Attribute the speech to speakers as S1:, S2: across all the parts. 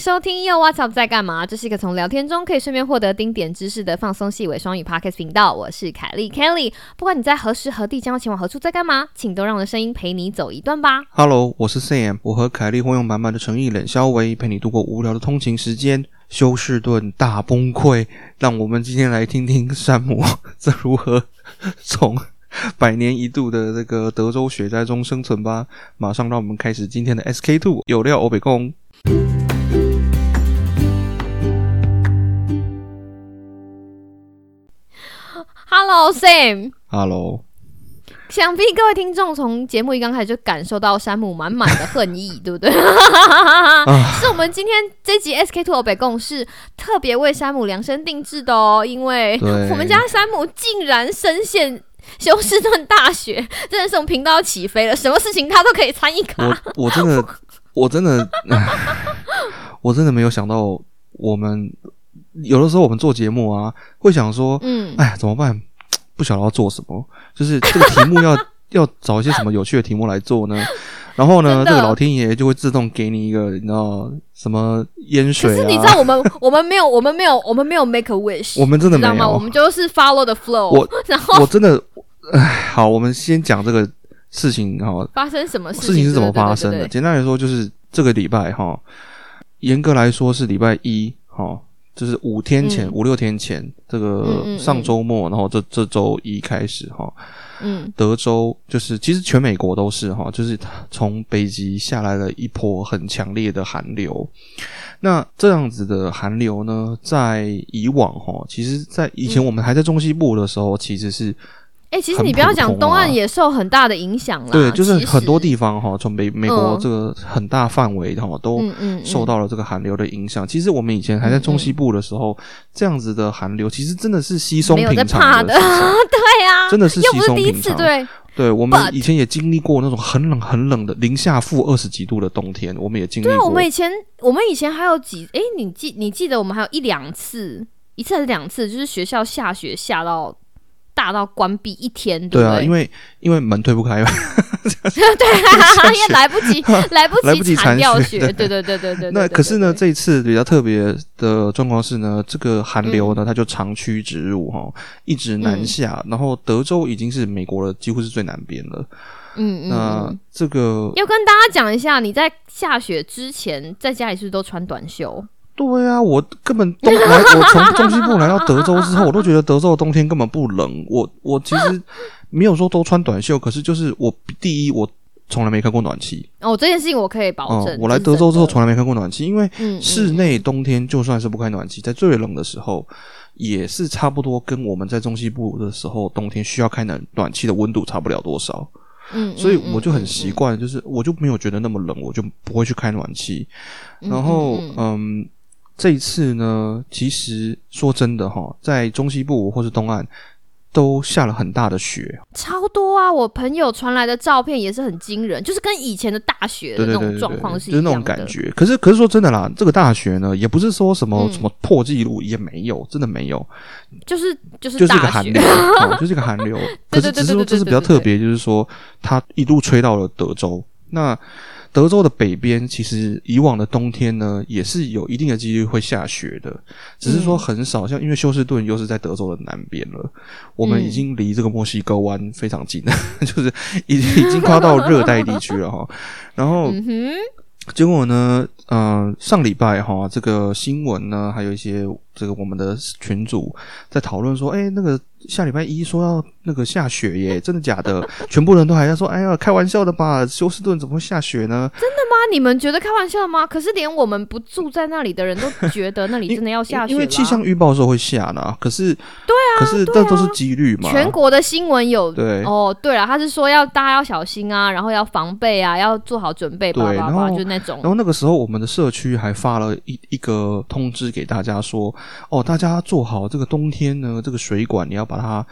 S1: 收听又 What's Up 在干嘛？这是一个从聊天中可以顺便获得丁点知识的放松细尾双语 Podcast 频道。我是凯莉 Kelly。不管你在何时何地将要前往何处，在干嘛，请都让我的声音陪你走一段吧。
S2: Hello，我是 Sam，我和凯莉会用满满的诚意、冷笑微陪你度过无聊的通勤时间。休士顿大崩溃，让我们今天来听听山姆 这如何从百年一度的这个德州雪灾中生存吧。马上让我们开始今天的 SK Two 有料欧北共。
S1: Hello Sam，
S2: Hello，
S1: 想必各位听众从节目一刚开始就感受到山姆满满的恨意，对不 对？
S2: 啊
S1: 是我们今天这集 SK Two 北共是特别为山姆量身定制的哦，因为
S2: 对
S1: 我们家山姆竟然深陷休斯顿大学，真的是我们频道要起飞了，什么事情他都可以参与卡。
S2: 我我真的我真的， 唉我真的没有想到我们有的时候我们做节目啊，会想说，
S1: 嗯，
S2: 哎，怎么办？不晓得要做什么，就是这个题目 要要找一些什么有趣的题目来做呢？然后呢，
S1: 真的
S2: 这个老天爷就会自动给你一个，你知道什么烟
S1: 可
S2: 水
S1: 是
S2: 啊？
S1: 你知道我们我们没有我们没有我们没有 make a wish，
S2: 我们真的
S1: 知道
S2: 没
S1: 吗？我
S2: 有
S1: 们，就是 follow the flow，
S2: 我
S1: 然后
S2: 我真的，哎，好，我们先讲这个事情哈，
S1: 发生什么
S2: 事
S1: 情
S2: 情是怎么发
S1: 对
S2: 生
S1: 对对
S2: 的？
S1: 对对
S2: 简单来说，就是这个礼拜哈，严格来说是礼拜一哈，就是五天前、
S1: 嗯
S2: 五六天前，这
S1: 嗯嗯
S2: 个
S1: 嗯
S2: 上周末，然后这这周一开始哈，
S1: 嗯
S2: 德州就是其实全美国都是哈，就是从北极下来了一波很强烈的寒流。那这样子的寒流呢，在以往哈，其实在以前我们还在中西部的时
S1: 嗯
S2: 候，其实是
S1: 哎、其实
S2: 很
S1: 你不要
S2: 普
S1: 讲
S2: 通
S1: 东
S2: 啊
S1: 岸也受很大的影响啦，
S2: 对，就是
S1: 其
S2: 很多
S1: 实，
S2: 地方哈，从美美国
S1: 嗯
S2: 这个很大范围哈都。
S1: 嗯嗯，
S2: 受
S1: 到
S2: 到了这个寒流的影响。其实我们以前还在中西部的时候，这样子的寒流其实真的是稀松
S1: 嗯没有在
S2: 平
S1: 怕
S2: 常
S1: 的，
S2: 事情，
S1: 对呀、
S2: 真的 是
S1: 又
S2: 稀
S1: 不是
S2: 松
S1: 第一
S2: 平
S1: 次，
S2: 常。
S1: 对，
S2: 对，我们
S1: But-
S2: 以前也经历过那种很冷很冷的零下负二十几度的冬天，我们也经历
S1: 对啊，
S2: 过。
S1: 我们以前我们以前还有几，哎、你记你记得我们还有一两次，一次还是两次，就是学校下雪下到大到关闭一天，对
S2: 对
S1: 不
S2: 啊，
S1: 对
S2: 因为因为门推不开，
S1: 对啊，因为来不及 来不
S2: 来不及
S1: 铲
S2: 铲
S1: 掉
S2: 雪
S1: 雪，对对对对对对。
S2: 那
S1: 对
S2: 可是呢，
S1: 对
S2: 这一次比较特别的状况是呢，这个寒流
S1: 嗯
S2: 呢，它就长驱直入哈，一直南下，然后德州已经是美国的几乎是最南边了。
S1: 嗯嗯
S2: 那
S1: 嗯，
S2: 这个
S1: 要跟大家讲一下，你在下雪之前在家里是不是都穿短袖？
S2: 对啊，我根本 冬来，我从中西部来到德州之后，我都觉得德州的冬天根本不冷。我我其 实没有说都穿短袖，可是就是我第一我。从来没开过暖气
S1: 哦，这件事情我可以保
S2: 哦、
S1: 证。
S2: 我
S1: 这
S2: 来
S1: 是
S2: 德州之
S1: 真
S2: 后
S1: 的
S2: 从来没开过暖气，因为
S1: 嗯，嗯
S2: 室内冬天就算是不开暖气，在最冷的时候，也是差不多跟我们在中西部的时候冬天需要开暖暖气的温度差不了多少，
S1: 嗯，嗯
S2: 所以我就很习。
S1: 嗯嗯
S2: 惯，就是我就没有觉得那么冷，我就不会去开暖气。
S1: 嗯
S2: 然后
S1: 嗯，嗯
S2: 嗯，这一次呢，其实说真的哈，在中西部或是东岸都下了很大的雪，
S1: 超多啊！我朋友传来的照片也是很惊人，就是跟以前的大雪的
S2: 对
S1: 那
S2: 对
S1: 种
S2: 对对
S1: 状
S2: 对，
S1: 况是
S2: 就
S1: 一样
S2: 是
S1: 的
S2: 那种感。觉。可是可是说真的啦，这个大雪呢，也不是说什么
S1: 嗯
S2: 什么破纪录，也没有，真的没有，
S1: 就是就是
S2: 就是一个
S1: 大
S2: 寒
S1: 雪
S2: 流，，哦就是一个寒流。
S1: 对
S2: 可
S1: 对对
S2: 是只是说
S1: 对对
S2: 这是比
S1: 对
S2: 较
S1: 对
S2: 特别，就是说它一路吹到了德州。那德州的北边，其实以往的冬天呢，也是有一定的几率会下雪的，只是
S1: 嗯
S2: 说很少。像因为休斯顿又是在德州的南边了，我们已
S1: 嗯
S2: 经离这个墨西哥湾非常近了， 就是已经已经快要到热带地区了哈。然后
S1: 嗯哼，
S2: 结果呢，呃，上礼拜哈，这个新闻呢，还有一些这个我们的群主在讨论说，哎、那个下礼拜一说要那个下雪耶，真的假的？ 全部人都还在说，哎呀，开玩笑的吧，休斯顿怎么会下雪呢？
S1: 那你们觉得开玩笑吗？可是连我们不住在那里的人都觉得那里真的要下雪
S2: 因为
S1: 啦
S2: 气象预报说会下呢，可是对啊，可是
S1: 对
S2: 这
S1: 啊
S2: 都是几率嘛，
S1: 全国的新闻有
S2: 对
S1: 哦，对了，他是说要大家要小心啊，然后要防备啊，要做好准备，
S2: 对
S1: 叭叭
S2: 然
S1: 叭，
S2: 后
S1: 就是那
S2: 然
S1: 种
S2: 后那个时候，我们的社区还发了一一个通知给大家说，哦，大家做好这个冬天呢，这个水管你要把它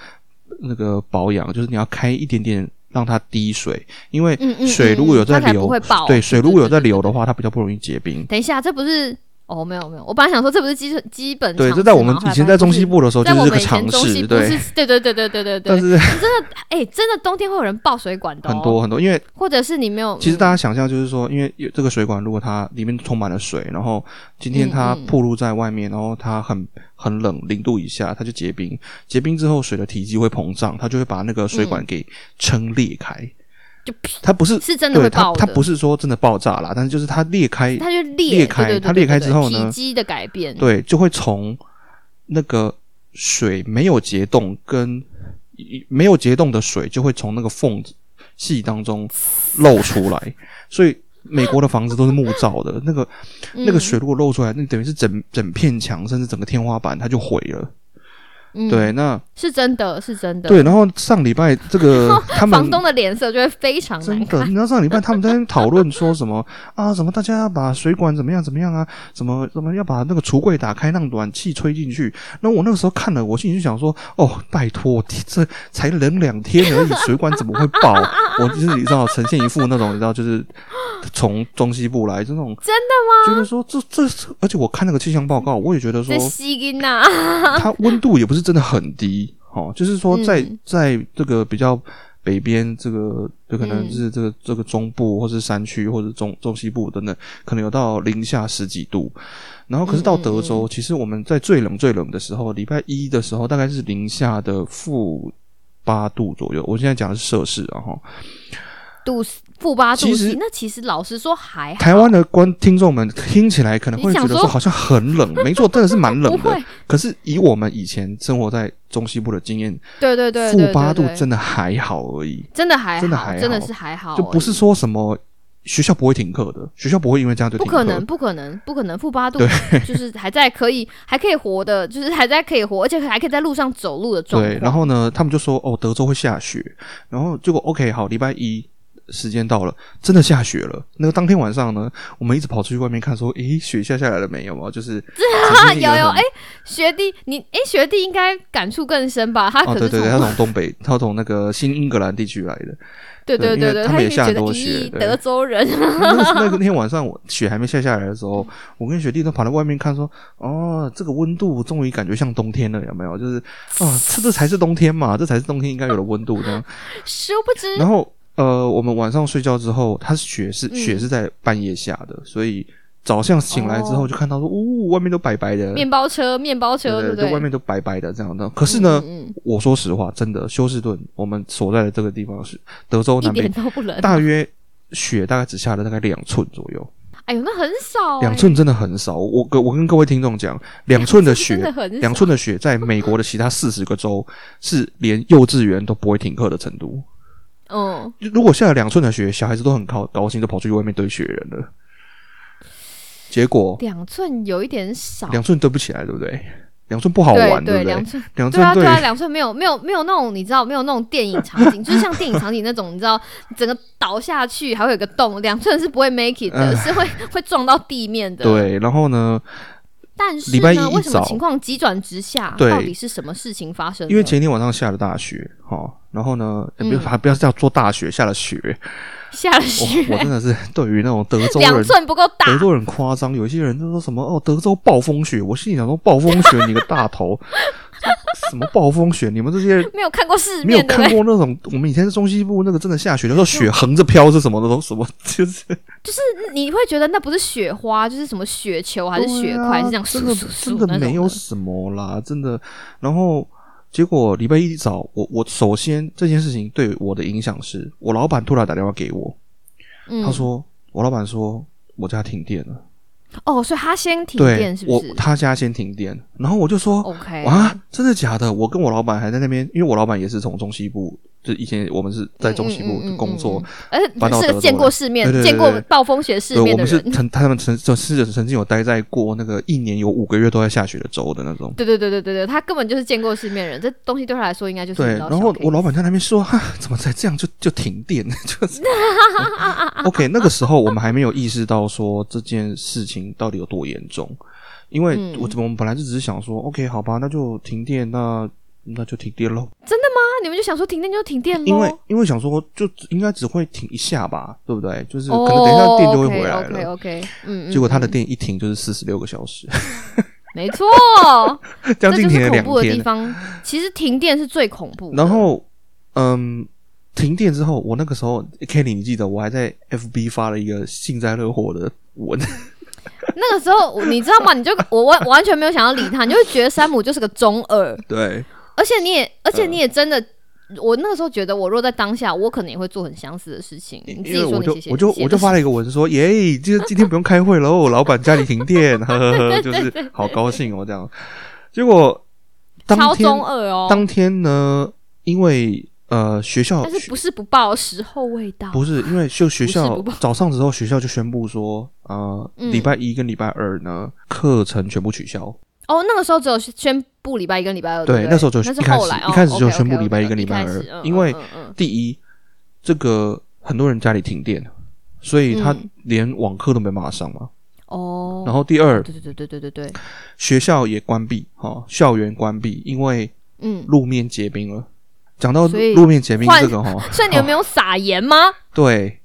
S2: 那个保养，就是你要开一点点让它滴水，因为
S1: 嗯嗯嗯
S2: 水如果有在
S1: 它才不
S2: 流，
S1: 会爆
S2: 对，水如果有在流的
S1: 对对对对
S2: 话，它比较不容易结冰。
S1: 等一下，这不是哦，没有没有，我本来想说这不是基础基本
S2: 对，
S1: 常
S2: 这
S1: 识
S2: 在我
S1: 吗
S2: 们
S1: 后
S2: 以
S1: 来
S2: 前
S1: 发
S2: 在
S1: 现
S2: 中
S1: 不是
S2: 西部的时候就
S1: 在我们
S2: 是个
S1: 以前
S2: 常
S1: 中西
S2: 识，
S1: 部
S2: 对。
S1: 是，对对对对对对对
S2: 但
S1: 对，
S2: 是
S1: 哎、真的冬天会有人爆水管的、哦，
S2: 很多很多，因为
S1: 或者是你没有，
S2: 其实
S1: 嗯
S2: 大家想象就是说，因为有这个水管，如果它里面充满了水，然后今天它
S1: 嗯嗯
S2: 暴露在外面，然后它很很冷，零度以下，它就结冰。结冰之后，水的体积会膨胀，它就会把那个水管给撑裂开。
S1: 嗯就
S2: 它不是
S1: 是真的
S2: 对
S1: 会
S2: 它，
S1: 爆的，
S2: 它不是说真的爆炸啦，但是就是它裂开，
S1: 它就裂
S2: 裂开
S1: 对对对
S2: 它裂开之后
S1: 对
S2: 呢
S1: 体积的改变，
S2: 对，就会从那个水没有结冻跟没有结冻的水，就会从那个缝隙当中漏出来，所以。美国的房子都是木造的，那个
S1: 嗯，
S2: 那个水如果漏出来，那等于是整整片墙，甚至整个天花板它就毁了。
S1: 嗯，
S2: 对，那
S1: 是真的，是真的，
S2: 对，然后上礼拜这 个他们
S1: 房东的脸色就会非常
S2: 真
S1: 难
S2: 的，
S1: 看。
S2: 你知道上礼拜他们在那边讨论说什么啊？什么大家要把水管怎么样怎么样啊？怎么怎么要把那个橱柜打开，让暖气吹进去？那我那个时候看了，我心里就想说，哦，拜托，这才冷两天而已，水管怎么会爆？我就是你知道，呈现一副那种你知道，就是从中西部来，就那种真的吗？就是说这这，这而且我看那个气象报告，我也觉得说
S1: 这西音呐，
S2: 它温度也不是真的很低哦，就是说在、
S1: 嗯
S2: 在这个比较北边，这个就可能
S1: 嗯
S2: 是这个、这个中部或是山区或者中中西部等等，可能有到零下十几度。然后可是到
S1: 嗯
S2: 德州，其实我们在最冷最冷的时候，礼拜一的时候大概是零下的负八度左右。我现在讲的是摄氏啊哈。
S1: 度负八度
S2: 其
S1: C，
S2: 实
S1: 那其实老实说还好，
S2: 台湾的观听众们听起来可能会觉得
S1: 你想
S2: 说
S1: 说
S2: 好像很冷，没错，真的是蛮冷
S1: 不
S2: 的
S1: 会。，
S2: 可是以我们以前生活在中西部的经验，
S1: 对对对，对
S2: 负八度
S1: 对对
S2: 真的还好而已，
S1: 真的还好
S2: 真的还好
S1: 真的是还好而已，
S2: 就不是说什么学校不会停课的，学校不会因为这样就
S1: 不
S2: 停课。
S1: 可能，不可能，不可能，负八度
S2: 对
S1: 就是还在可以还可以活的，就是还在可以活，而且还可以在路上走路的状
S2: 对，
S1: 况。
S2: 然后呢，他们就说哦，德州会下雪，然后结果 OK 好，礼拜一时间到了，真的下雪了。那个当天晚上呢，我们一直跑出去外面看，说诶，雪下下来了没有啊？ 就是
S1: 啊，
S2: 曾经一个
S1: 有有，
S2: 很
S1: 哎、学弟，你哎、学弟应该感触更深吧？他
S2: 哦，
S1: 啊可是
S2: 对
S1: 从、
S2: 对对，他从东北，他从那个新英格兰地区来的。
S1: 对
S2: 对
S1: 对
S2: 因
S1: 对
S2: 为
S1: 对，
S2: 他们也
S1: 一直觉
S2: 下
S1: 得
S2: 多
S1: 咦
S2: 雪，对
S1: 德州人啊
S2: 那那个那天晚上我雪还没下下来的时候，我跟雪弟都跑到外面看说，哦，这个温度终于感觉像冬天了，有没有？就是啊，这这才是冬天嘛，这才是冬天应该有的温 度这样。
S1: 殊不知
S2: 然后呃，我们晚上睡觉之后，它雪是
S1: 嗯
S2: 雪是在半夜下的，所以早上醒来之后
S1: 哦
S2: 就看到说，呜、外面都白白的，
S1: 面包车，面包车，
S2: 对
S1: 不
S2: 对，
S1: 对？
S2: 就外面都白白的这样的。可是呢。
S1: 嗯，嗯
S2: 我说实话，真的，休斯顿，我们所在的这个地方是德州
S1: 嗯一
S2: 南北
S1: 点，都不冷。
S2: 大约雪大概只下了大概两寸左右。
S1: 哎呦，那很少、哎
S2: 两寸真的很少。我跟我跟各位听众讲，两寸的
S1: 真的
S2: 雪，
S1: 很
S2: 两
S1: 少。
S2: 寸的雪，在美国的其他四十个州是连幼稚园都不会停课的程度。
S1: 嗯，
S2: 如果下了两寸的雪，小孩子都很高高兴，都跑出去外面堆雪人了。结果
S1: 两寸有一点少。
S2: 两寸堆不起来，对不对？两寸不好玩，
S1: 啊对
S2: 不
S1: 两
S2: 对？
S1: 寸。
S2: 两
S1: 对
S2: 寸
S1: 啊，对啊，两寸没有没有没有那种你知道没有那种电影场景，就是像电影场景那种，你知道整个倒下去还会有个洞，两寸是不会 make it 的，
S2: 唉
S1: 是会会撞到地面的。，
S2: 嗯对，然后呢？
S1: 但是
S2: 礼拜一
S1: 呢，
S2: 一
S1: 为什
S2: 早
S1: 么情况急转直下？
S2: 对
S1: 到底是什么事情发生了？
S2: 因为前一天晚上下了大雪，哈、哦，然后呢，也不要
S1: 嗯
S2: 还不要叫做大雪，下了雪，
S1: 下了
S2: 我我
S1: 雪，
S2: 真的是对于那种德州
S1: 两
S2: 人
S1: 寸不够大
S2: 德，州人夸张，有一些人就说什么哦，德州暴风雪，我心里想说暴风雪你个大头， 什么暴风雪？你们这些人
S1: 没有看过世
S2: 没有
S1: 面，对不
S2: 看
S1: 对？
S2: 过那种我们以前在中西部那个真的下雪的时候，雪横着飘是什么的都什么， 就是
S1: 你会觉得那不是雪花，就是什么雪球还是雪
S2: 对
S1: 块，
S2: 啊
S1: 是这样
S2: 真
S1: 簌
S2: 的
S1: 簌簌
S2: 真的
S1: 那种
S2: 没有什么啦，真的。然后结果礼拜一早，我我首先这件事情对我的影响是，我老板突然打电话给我，
S1: 嗯
S2: 他说我老板说我家停电了，
S1: 哦，所以他先停
S2: 对
S1: 电是不
S2: 我
S1: 是
S2: 他家先停电，然后我就说。
S1: ？OK，
S2: 啊，真的假的？我跟我老板还在那边，因为我老板也是从中西部，就以前我们是在中西部
S1: 嗯嗯嗯嗯
S2: 工作，
S1: 而
S2: 搬到
S1: 且是
S2: 德州
S1: 个见
S2: 来
S1: 过世面、
S2: 对对对
S1: 见过
S2: 对
S1: 暴风雪世
S2: 对，
S1: 面
S2: 我
S1: 的
S2: 们是
S1: 人。
S2: 曾他们曾就是曾经有待在过那个一年有五个月都在下雪的州的那种。
S1: 对对对对对对，他根本就是见过世面人，这东西对他来说应该就是
S2: 对，
S1: 很老
S2: 然
S1: 小
S2: 后
S1: case
S2: 我老板在那边说，哈，怎么才这样就就 停电？ 就是、嗯 OK，那个时候我们还没有意识到说这件事情到底有多严重，因为
S1: 嗯
S2: 我我们本来就只是想说，OK，好吧，那就停电，那那就停电喽。
S1: 啊，你们就想说停电就停电
S2: 因为
S1: 喽。
S2: 因为想说就只应该只会停一下吧，对不对？就是可能等一下电就会回来
S1: o k
S2: 了。
S1: o k 哦嗯嗯，
S2: 结果它的
S1: 嗯
S2: 电一停就是四十六个小 时，
S1: 没错，
S2: 将
S1: 这
S2: 近
S1: 就
S2: 停了
S1: 是
S2: 两
S1: 恐怖的地
S2: 天。
S1: 方。其实停电是最恐怖的。
S2: 然后，嗯，停电之后，我那个时候 Kelly，你记得我还在 FB 发了一个幸灾乐祸的文，
S1: 那个时候我，你知道吗？你就我完完全没有想要理他，你就会觉得山姆就是个中二，
S2: 对，
S1: 而且你也，而且
S2: 嗯
S1: 你也真的。我那个时候觉得，我若在当下，我可能也会做很相似的事情。你自己
S2: 因为
S1: 说
S2: 我
S1: 你
S2: 就
S1: 写写，
S2: 我就
S1: 写的
S2: 我就发了一个文说，耶，今今天不用开会喽，老板家里停电， 呵呵 呵，就是好高兴哦这样。结果当
S1: 超
S2: 天
S1: 中二哦，
S2: 当天呢，因为呃学校
S1: 但是不是不报，时候未到。
S2: 不是，因为就学
S1: 不
S2: 校
S1: 是不报
S2: 早上之后，学校就宣布说，呃，
S1: 嗯
S2: 礼拜一跟礼拜二呢，课程全部取消。
S1: 哦，那个时候只有宣布礼拜一跟礼拜二。对不对，
S2: 那时候就
S1: 那是
S2: 一开始
S1: 后来
S2: 一开始就
S1: 哦
S2: 宣布礼拜一
S1: OK，OK，OK，
S2: 跟礼拜二
S1: 一开始嗯
S2: 因为
S1: 嗯嗯
S2: 第一，这个很多人家里停电，所以他
S1: 嗯
S2: 连网课都没办法上嘛。
S1: 哦，
S2: 然后第二，
S1: 对对对对对对对，
S2: 学校也关闭，哈、哦，校园关闭，因为
S1: 嗯，
S2: 路面结冰了。讲到
S1: 所以
S2: 路面结冰
S1: 换
S2: 这个哈，哦
S1: 所以你们没有撒盐吗？
S2: 对，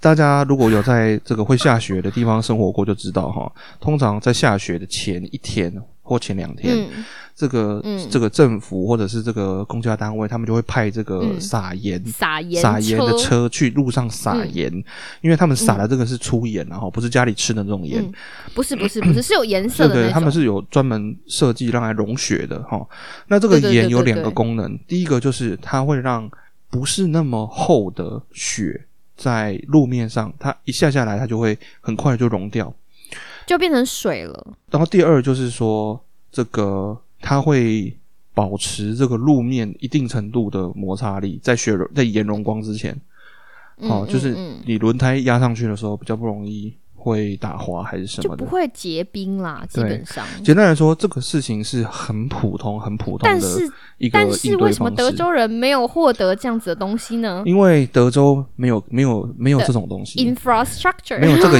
S2: 大家如果有在这个会下雪的地方生活过，就知道哈，通常在下雪的前一天或前两天，
S1: 嗯，
S2: 这个、
S1: 嗯
S2: 这个政府或者是这个公家单位，他们就会派这个
S1: 嗯
S2: 撒盐。
S1: 撒盐
S2: 撒盐的
S1: 车，
S2: 车去路上撒
S1: 嗯
S2: 盐，因为他们撒的这个是粗盐、啊，然后不是家里吃的那种盐，
S1: 嗯不是不是不是，是有颜
S2: 对
S1: 色的那
S2: 对，
S1: 种。
S2: 他们是有专门设计让来溶血的哈。那这个
S1: 对对对
S2: 盐
S1: 对
S2: 有两个
S1: 对
S2: 功能，第一个就是它会让不是那么厚的雪在路面上，它一下下来，它就会很快就溶掉。
S1: 就变成水了。
S2: 然后第二就是说，这个它会保持这个路面一定程度的摩擦力，在雪在盐溶光之前，
S1: 嗯
S2: 哦，就是
S1: 嗯嗯
S2: 你轮胎压上去的时候比较不容易会打滑还是什
S1: 就
S2: 么
S1: 不
S2: 的。
S1: 会结冰啦，基
S2: 对
S1: 本上。
S2: 简单来说，这个事情是很普通、很普通
S1: 但
S2: 的
S1: 是
S2: 一个
S1: 但是
S2: 应对
S1: 为什么
S2: 方
S1: 德
S2: 式。
S1: 州人没有获得这样子的东西呢
S2: 因为德州没有没有没有这种东西，
S1: ？Infrastructure，
S2: 没有这个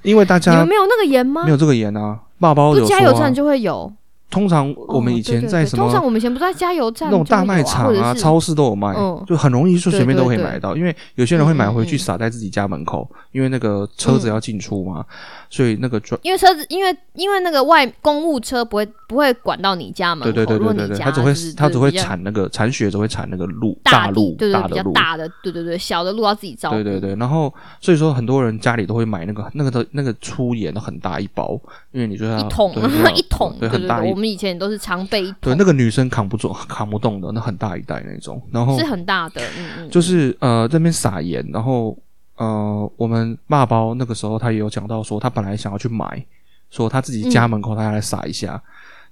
S2: 因为大
S1: 你
S2: 家
S1: 们没有那个盐吗
S2: 没？有这个盐啊。爸包
S1: 不
S2: 有
S1: 加油
S2: 说、啊
S1: 站，就会有。
S2: 通常我们
S1: 哦
S2: 以前
S1: 对对
S2: 在
S1: 对
S2: 什么、
S1: 通常我们以前不是在加油站
S2: 那种大
S1: 就会有啊
S2: 卖场啊
S1: 或者是
S2: 超市都有卖，
S1: 嗯
S2: 就很容易就随便都可以
S1: 对对
S2: 买到。因为有些人会买回
S1: 嗯
S2: 去
S1: 嗯嗯嗯
S2: 撒在自己家门口，因为那个车子要进出嘛，所以那个专
S1: 因为车子，因为因为那个外公务车不会不会管到你家门
S2: 对
S1: 口，
S2: 对对
S1: 如果
S2: 对
S1: 你
S2: 对对，
S1: 家
S2: 它只会
S1: 就是
S2: 它只会
S1: 比较
S2: 铲那个铲雪，只会铲那个路
S1: 大地
S2: 路
S1: 对对
S2: 大
S1: 比
S2: 的
S1: 较
S2: 路。
S1: 大的，对对对，小的路要自己照顾。
S2: 对对对，然后所以说很多人家里都会买那个那个的那个粗盐很大一包，因为你就要
S1: 一桶
S2: 啊 对就要
S1: 一桶，对
S2: 对很
S1: 对
S2: 大
S1: 对，
S2: 一
S1: 我们以前都是常备一
S2: 对
S1: 桶，
S2: 那个女生扛不住扛不动的那很大一袋那种，然后
S1: 是很大的，嗯嗯，
S2: 就是呃这边撒盐，然后呃我们爸包那个时候他也有讲到说他本来想要去买，说他自己
S1: 嗯
S2: 家门口他要来撒一下，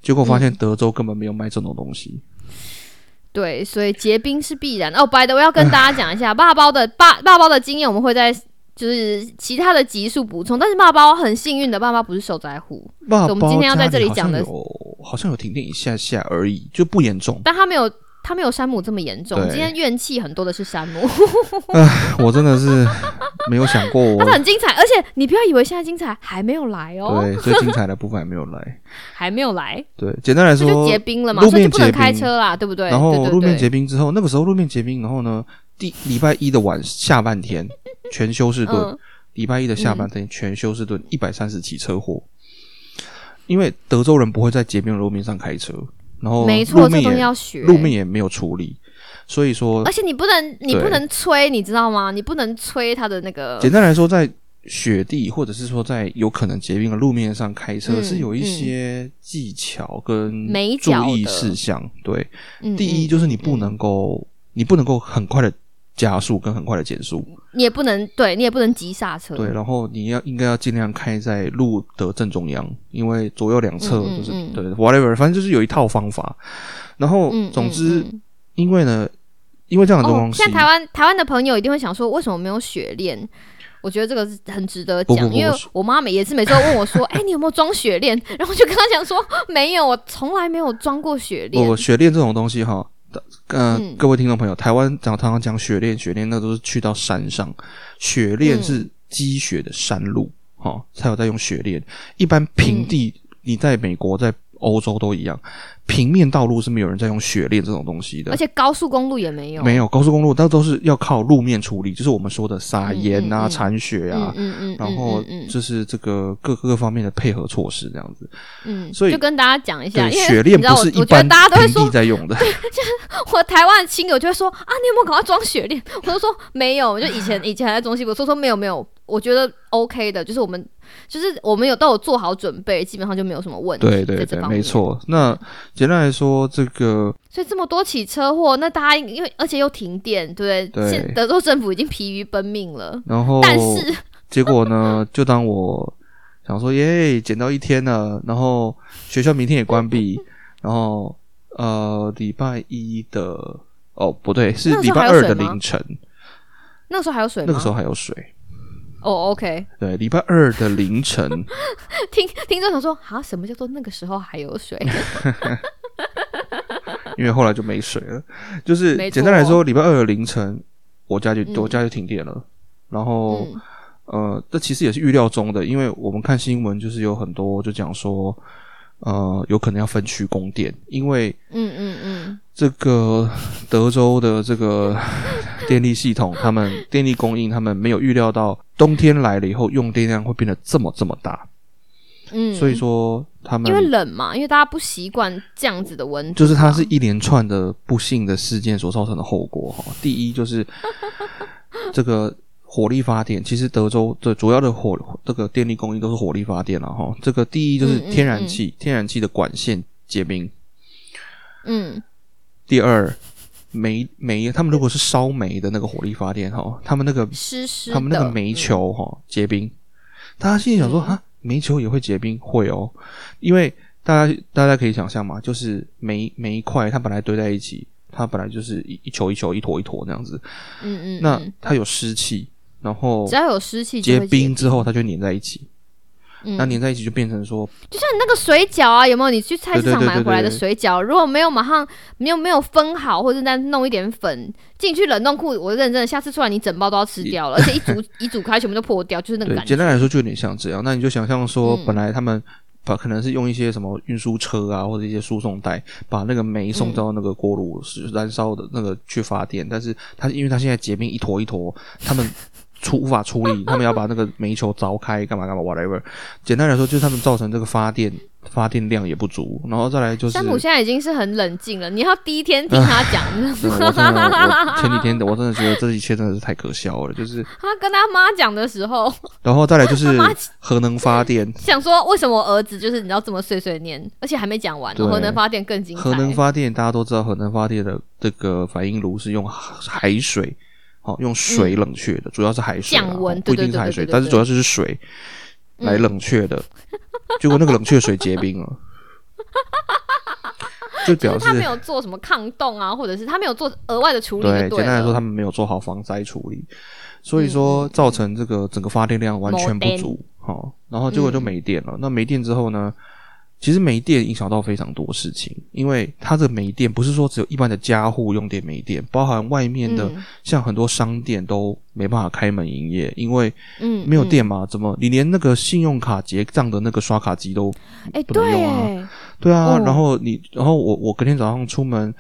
S2: 结果发现德州根本没有卖这种东西，
S1: 对，所以结冰是必然。哦，by the way，要跟大家讲一下，爸包的爸爸包的经验，我们会在。就是其他的集数补充，但是爸包很幸运的，爸包不是受灾户，
S2: 爸
S1: 我
S2: 包
S1: 们今天要在这里
S2: 家好
S1: 讲
S2: 像
S1: 的
S2: 有好像有停电一下下而已，就不严重。
S1: 但他没有他没有山姆这么严重。
S2: 对
S1: 今天怨气很多的是山姆，
S2: 我真 的是没有想过我
S1: 他很精彩，而且你不要以为现在精彩还没有来哦，
S2: 对，最精彩的部分还没有来。
S1: 还没有来，
S2: 对，简单来
S1: 这就
S2: 说
S1: 结，冰了嘛，
S2: 路
S1: 所以就
S2: 面
S1: 不能
S2: 结冰
S1: 开车啦，对不对？
S2: 然后
S1: 对对
S2: 路面
S1: 对
S2: 结冰之后，那个时候路面结冰，然后呢，第礼拜一的晚下半天全休斯顿，
S1: 嗯
S2: 礼拜一的下半天全休斯顿一百三十起车祸，因为德州人不会在结冰的路面上开车，然后
S1: 没错，
S2: 哦路
S1: 这
S2: 面
S1: 东西
S2: 也
S1: 要学。
S2: 路面也没有处理，所以说
S1: 而且你不能，你
S2: 对
S1: 不能吹，你知道吗？你不能吹它的那个。
S2: 简单来说，在雪地或者是说在有可能结冰的路面上开车，
S1: 嗯
S2: 是有一些技巧跟
S1: 美
S2: 注
S1: 角
S2: 意
S1: 的
S2: 事项。对，
S1: 嗯
S2: 第一
S1: 嗯
S2: 就是你不能够，你不能够很快的加速跟很快的减速，
S1: 你也不能，对你也不能急刹车。
S2: 对，然后你要应该要尽量开在路的正中央，因为左右两侧
S1: 嗯嗯
S2: 就是、
S1: 嗯
S2: 对 whatever，反正就是有一套方法。然后
S1: 嗯，嗯，
S2: 总之，
S1: 嗯
S2: 因为呢，因为这样的
S1: 哦
S2: 东，西，
S1: 像台湾台湾的朋友一定会想说，为什么没有雪链？我觉得这个是很值得
S2: 不
S1: 讲，
S2: 不不
S1: 因为
S2: 是
S1: 我妈每也是每次都问我说：“哎、你有没有装雪链？” 然后我就跟她讲说：“没有，我从来没有装过雪链。
S2: 哦我雪链这种东西哈，呃、
S1: 嗯
S2: 各位听众朋友，台湾讲常常讲雪链，雪链那都是去到山上，雪链
S1: 嗯
S2: 是积
S1: 嗯
S2: 雪的山路，哈、才有在用雪链。一般平地，你在美国、在欧洲都一样，平面道路是没有人在用雪链这种东西的
S1: 而。且高速公路也没有，
S2: 没有高速公路，它都是要靠路面处理，就是我们说的撒盐啊、
S1: 嗯嗯嗯
S2: 铲雪啊，
S1: 嗯嗯嗯，
S2: 然后
S1: 嗯嗯
S2: 就是这个各各个方面的配合措施这样子。
S1: 嗯，
S2: 所以
S1: 就跟大家讲一下，
S2: 对，
S1: 啊因为
S2: 雪链
S1: 你知道
S2: 不
S1: 我
S2: 是一
S1: 我觉得
S2: 般
S1: 大家都会
S2: 平
S1: 说
S2: 地，在用的，
S1: 我台湾的亲友就会说啊，你有没有赶快装雪链？我就说没 有，就以前以前还在中西部说说没有没有，我觉得 OK 的，就是我们就是我们有都有做好准备，基本上就没有什么问题。
S2: 对对
S1: 在这
S2: 对，
S1: 方面
S2: 没。错。那简单来说，这个
S1: 所以这么多起车祸，那大家应因为而且又停电，对不
S2: 对
S1: 对？现德州政府已经疲于奔命了，
S2: 然后
S1: 但是
S2: 结果呢，就当我想说耶，捡到一天了，然后学校明天也关闭，然后呃，礼拜一的哦不对，是
S1: 那个
S2: 礼
S1: 时候
S2: 拜
S1: 还有
S2: 二
S1: 水
S2: 的
S1: 吗
S2: 凌晨，
S1: 那个时候还有水吗？
S2: 那个时候还有水。
S1: 哦，OK、
S2: 对，礼拜二的凌晨，
S1: o k 听听众想说啊，什么叫做那个时候还有 水？
S2: 因为后来就没水了。就是
S1: 没错
S2: 简单来说，礼拜二的凌晨，我家就、
S1: 嗯
S2: 我家就停电了。然后、
S1: 嗯
S2: 呃，这其实也是预料中的，因为我们看新闻就是有很多就讲说，呃，有可能要分区供电，因为
S1: 嗯嗯嗯，
S2: 这个 德州的这个 电力系统，他们电力供应，他们没有预料到冬天来了以后用电量会变得这么这么大，
S1: 嗯
S2: 所以说他们
S1: 因为冷嘛，因为大家不习惯这样子的温度嘛，
S2: 就是它是一连串的不幸的事件所造成的后果哈。第一就是 这个火力发电，其实德州的主要的火这个电力供应都是火力发电了哈。这个第一就是
S1: 嗯嗯
S2: 天然气，天然气的管线结冰。
S1: 嗯
S2: 第二，煤煤，他们如果是烧煤的那个火力发电哈，他们那个
S1: 湿湿的，
S2: 他们那个煤
S1: 嗯
S2: 球哈、结冰，大家心里想说啊，煤球也会结冰，会哦，因为大家大家可以想象嘛，就是煤煤块它本来堆在一起，它本来就是一一球一球一坨一坨那样子，
S1: 嗯，嗯嗯，
S2: 那
S1: 嗯
S2: 它有湿气，然后
S1: 只要有湿气就
S2: 结
S1: 会
S2: 冰之后它就粘在一起，
S1: 嗯
S2: 那粘在一起就变成说，
S1: 就像你那个水饺啊，有没有？你去菜市
S2: 对对
S1: 场
S2: 对
S1: 买
S2: 对
S1: 回来的
S2: 对
S1: 水饺，如果没有马上没有没有分好，或者再弄一点粉进去冷冻库，我认真的，下次出来你整包都要吃 掉了，而且一煮一煮开全部都破掉，就是那个
S2: 对，
S1: 感觉。
S2: 简单来说就有点像这样，那你就想象说，
S1: 嗯
S2: 本来他们。把可能是用一些什么运输车啊，或者一些输送带，把那个煤
S1: 嗯
S2: 送到那个锅炉是燃烧的那个去发电，但是它因为它现在结冰一坨一坨，他们出无法处理，他们要把那个煤球凿开，干嘛干嘛 whatever。简单来说，就是他们造成这个发电发电量也不足，然后再来就是
S1: 山姆现在已经是很冷静了，你要第一 天听他讲，你知
S2: 真
S1: 道
S2: 的，我真的，
S1: 吗
S2: 我前几天的我真的觉得这一切真的是太可笑了，就是，
S1: 他跟他妈讲的时候，
S2: 然后再来就是
S1: 他 妈
S2: 核能发电，
S1: 想说为什么我儿子就是你知道这么碎碎念，而且还没讲完哦，
S2: 对
S1: 核能发电更精彩。
S2: 核能发电大家都知道，核能发电的这个反应炉是用海水，好、用水冷却的，主要是海水啦，
S1: 降温
S2: 哦不
S1: 对对
S2: 一定是
S1: 对
S2: 海
S1: 对
S2: 水，
S1: 对对嗯
S2: 但是主要就是水来冷却的。结果那个冷却水结 冰了，就
S1: 就
S2: 表
S1: 是
S2: 示
S1: 他没有做什么抗冻啊，或者是他没有做额外的处理就
S2: 对，
S1: 对
S2: 简单来说
S1: 了嗯
S2: 他们没有做好防灾处理，所以说造成这个整个发电量完全不足。好、然后结
S1: 嗯
S2: 果就没电了。那没电之后呢？其实没电影响到非常多事情，因为它这个没电不是说只有一般的家户用电没电，包含外面的、
S1: 嗯
S2: 像很多商店都没办法开门营业，因为
S1: 嗯
S2: 没有
S1: 嗯
S2: 电嘛，怎么你连那个信用卡结账的那个刷卡机都
S1: 哎、
S2: 不能
S1: 对
S2: 用啊
S1: 耶，
S2: 对啊，
S1: 哦
S2: 然后你，然后我我隔天早上出门，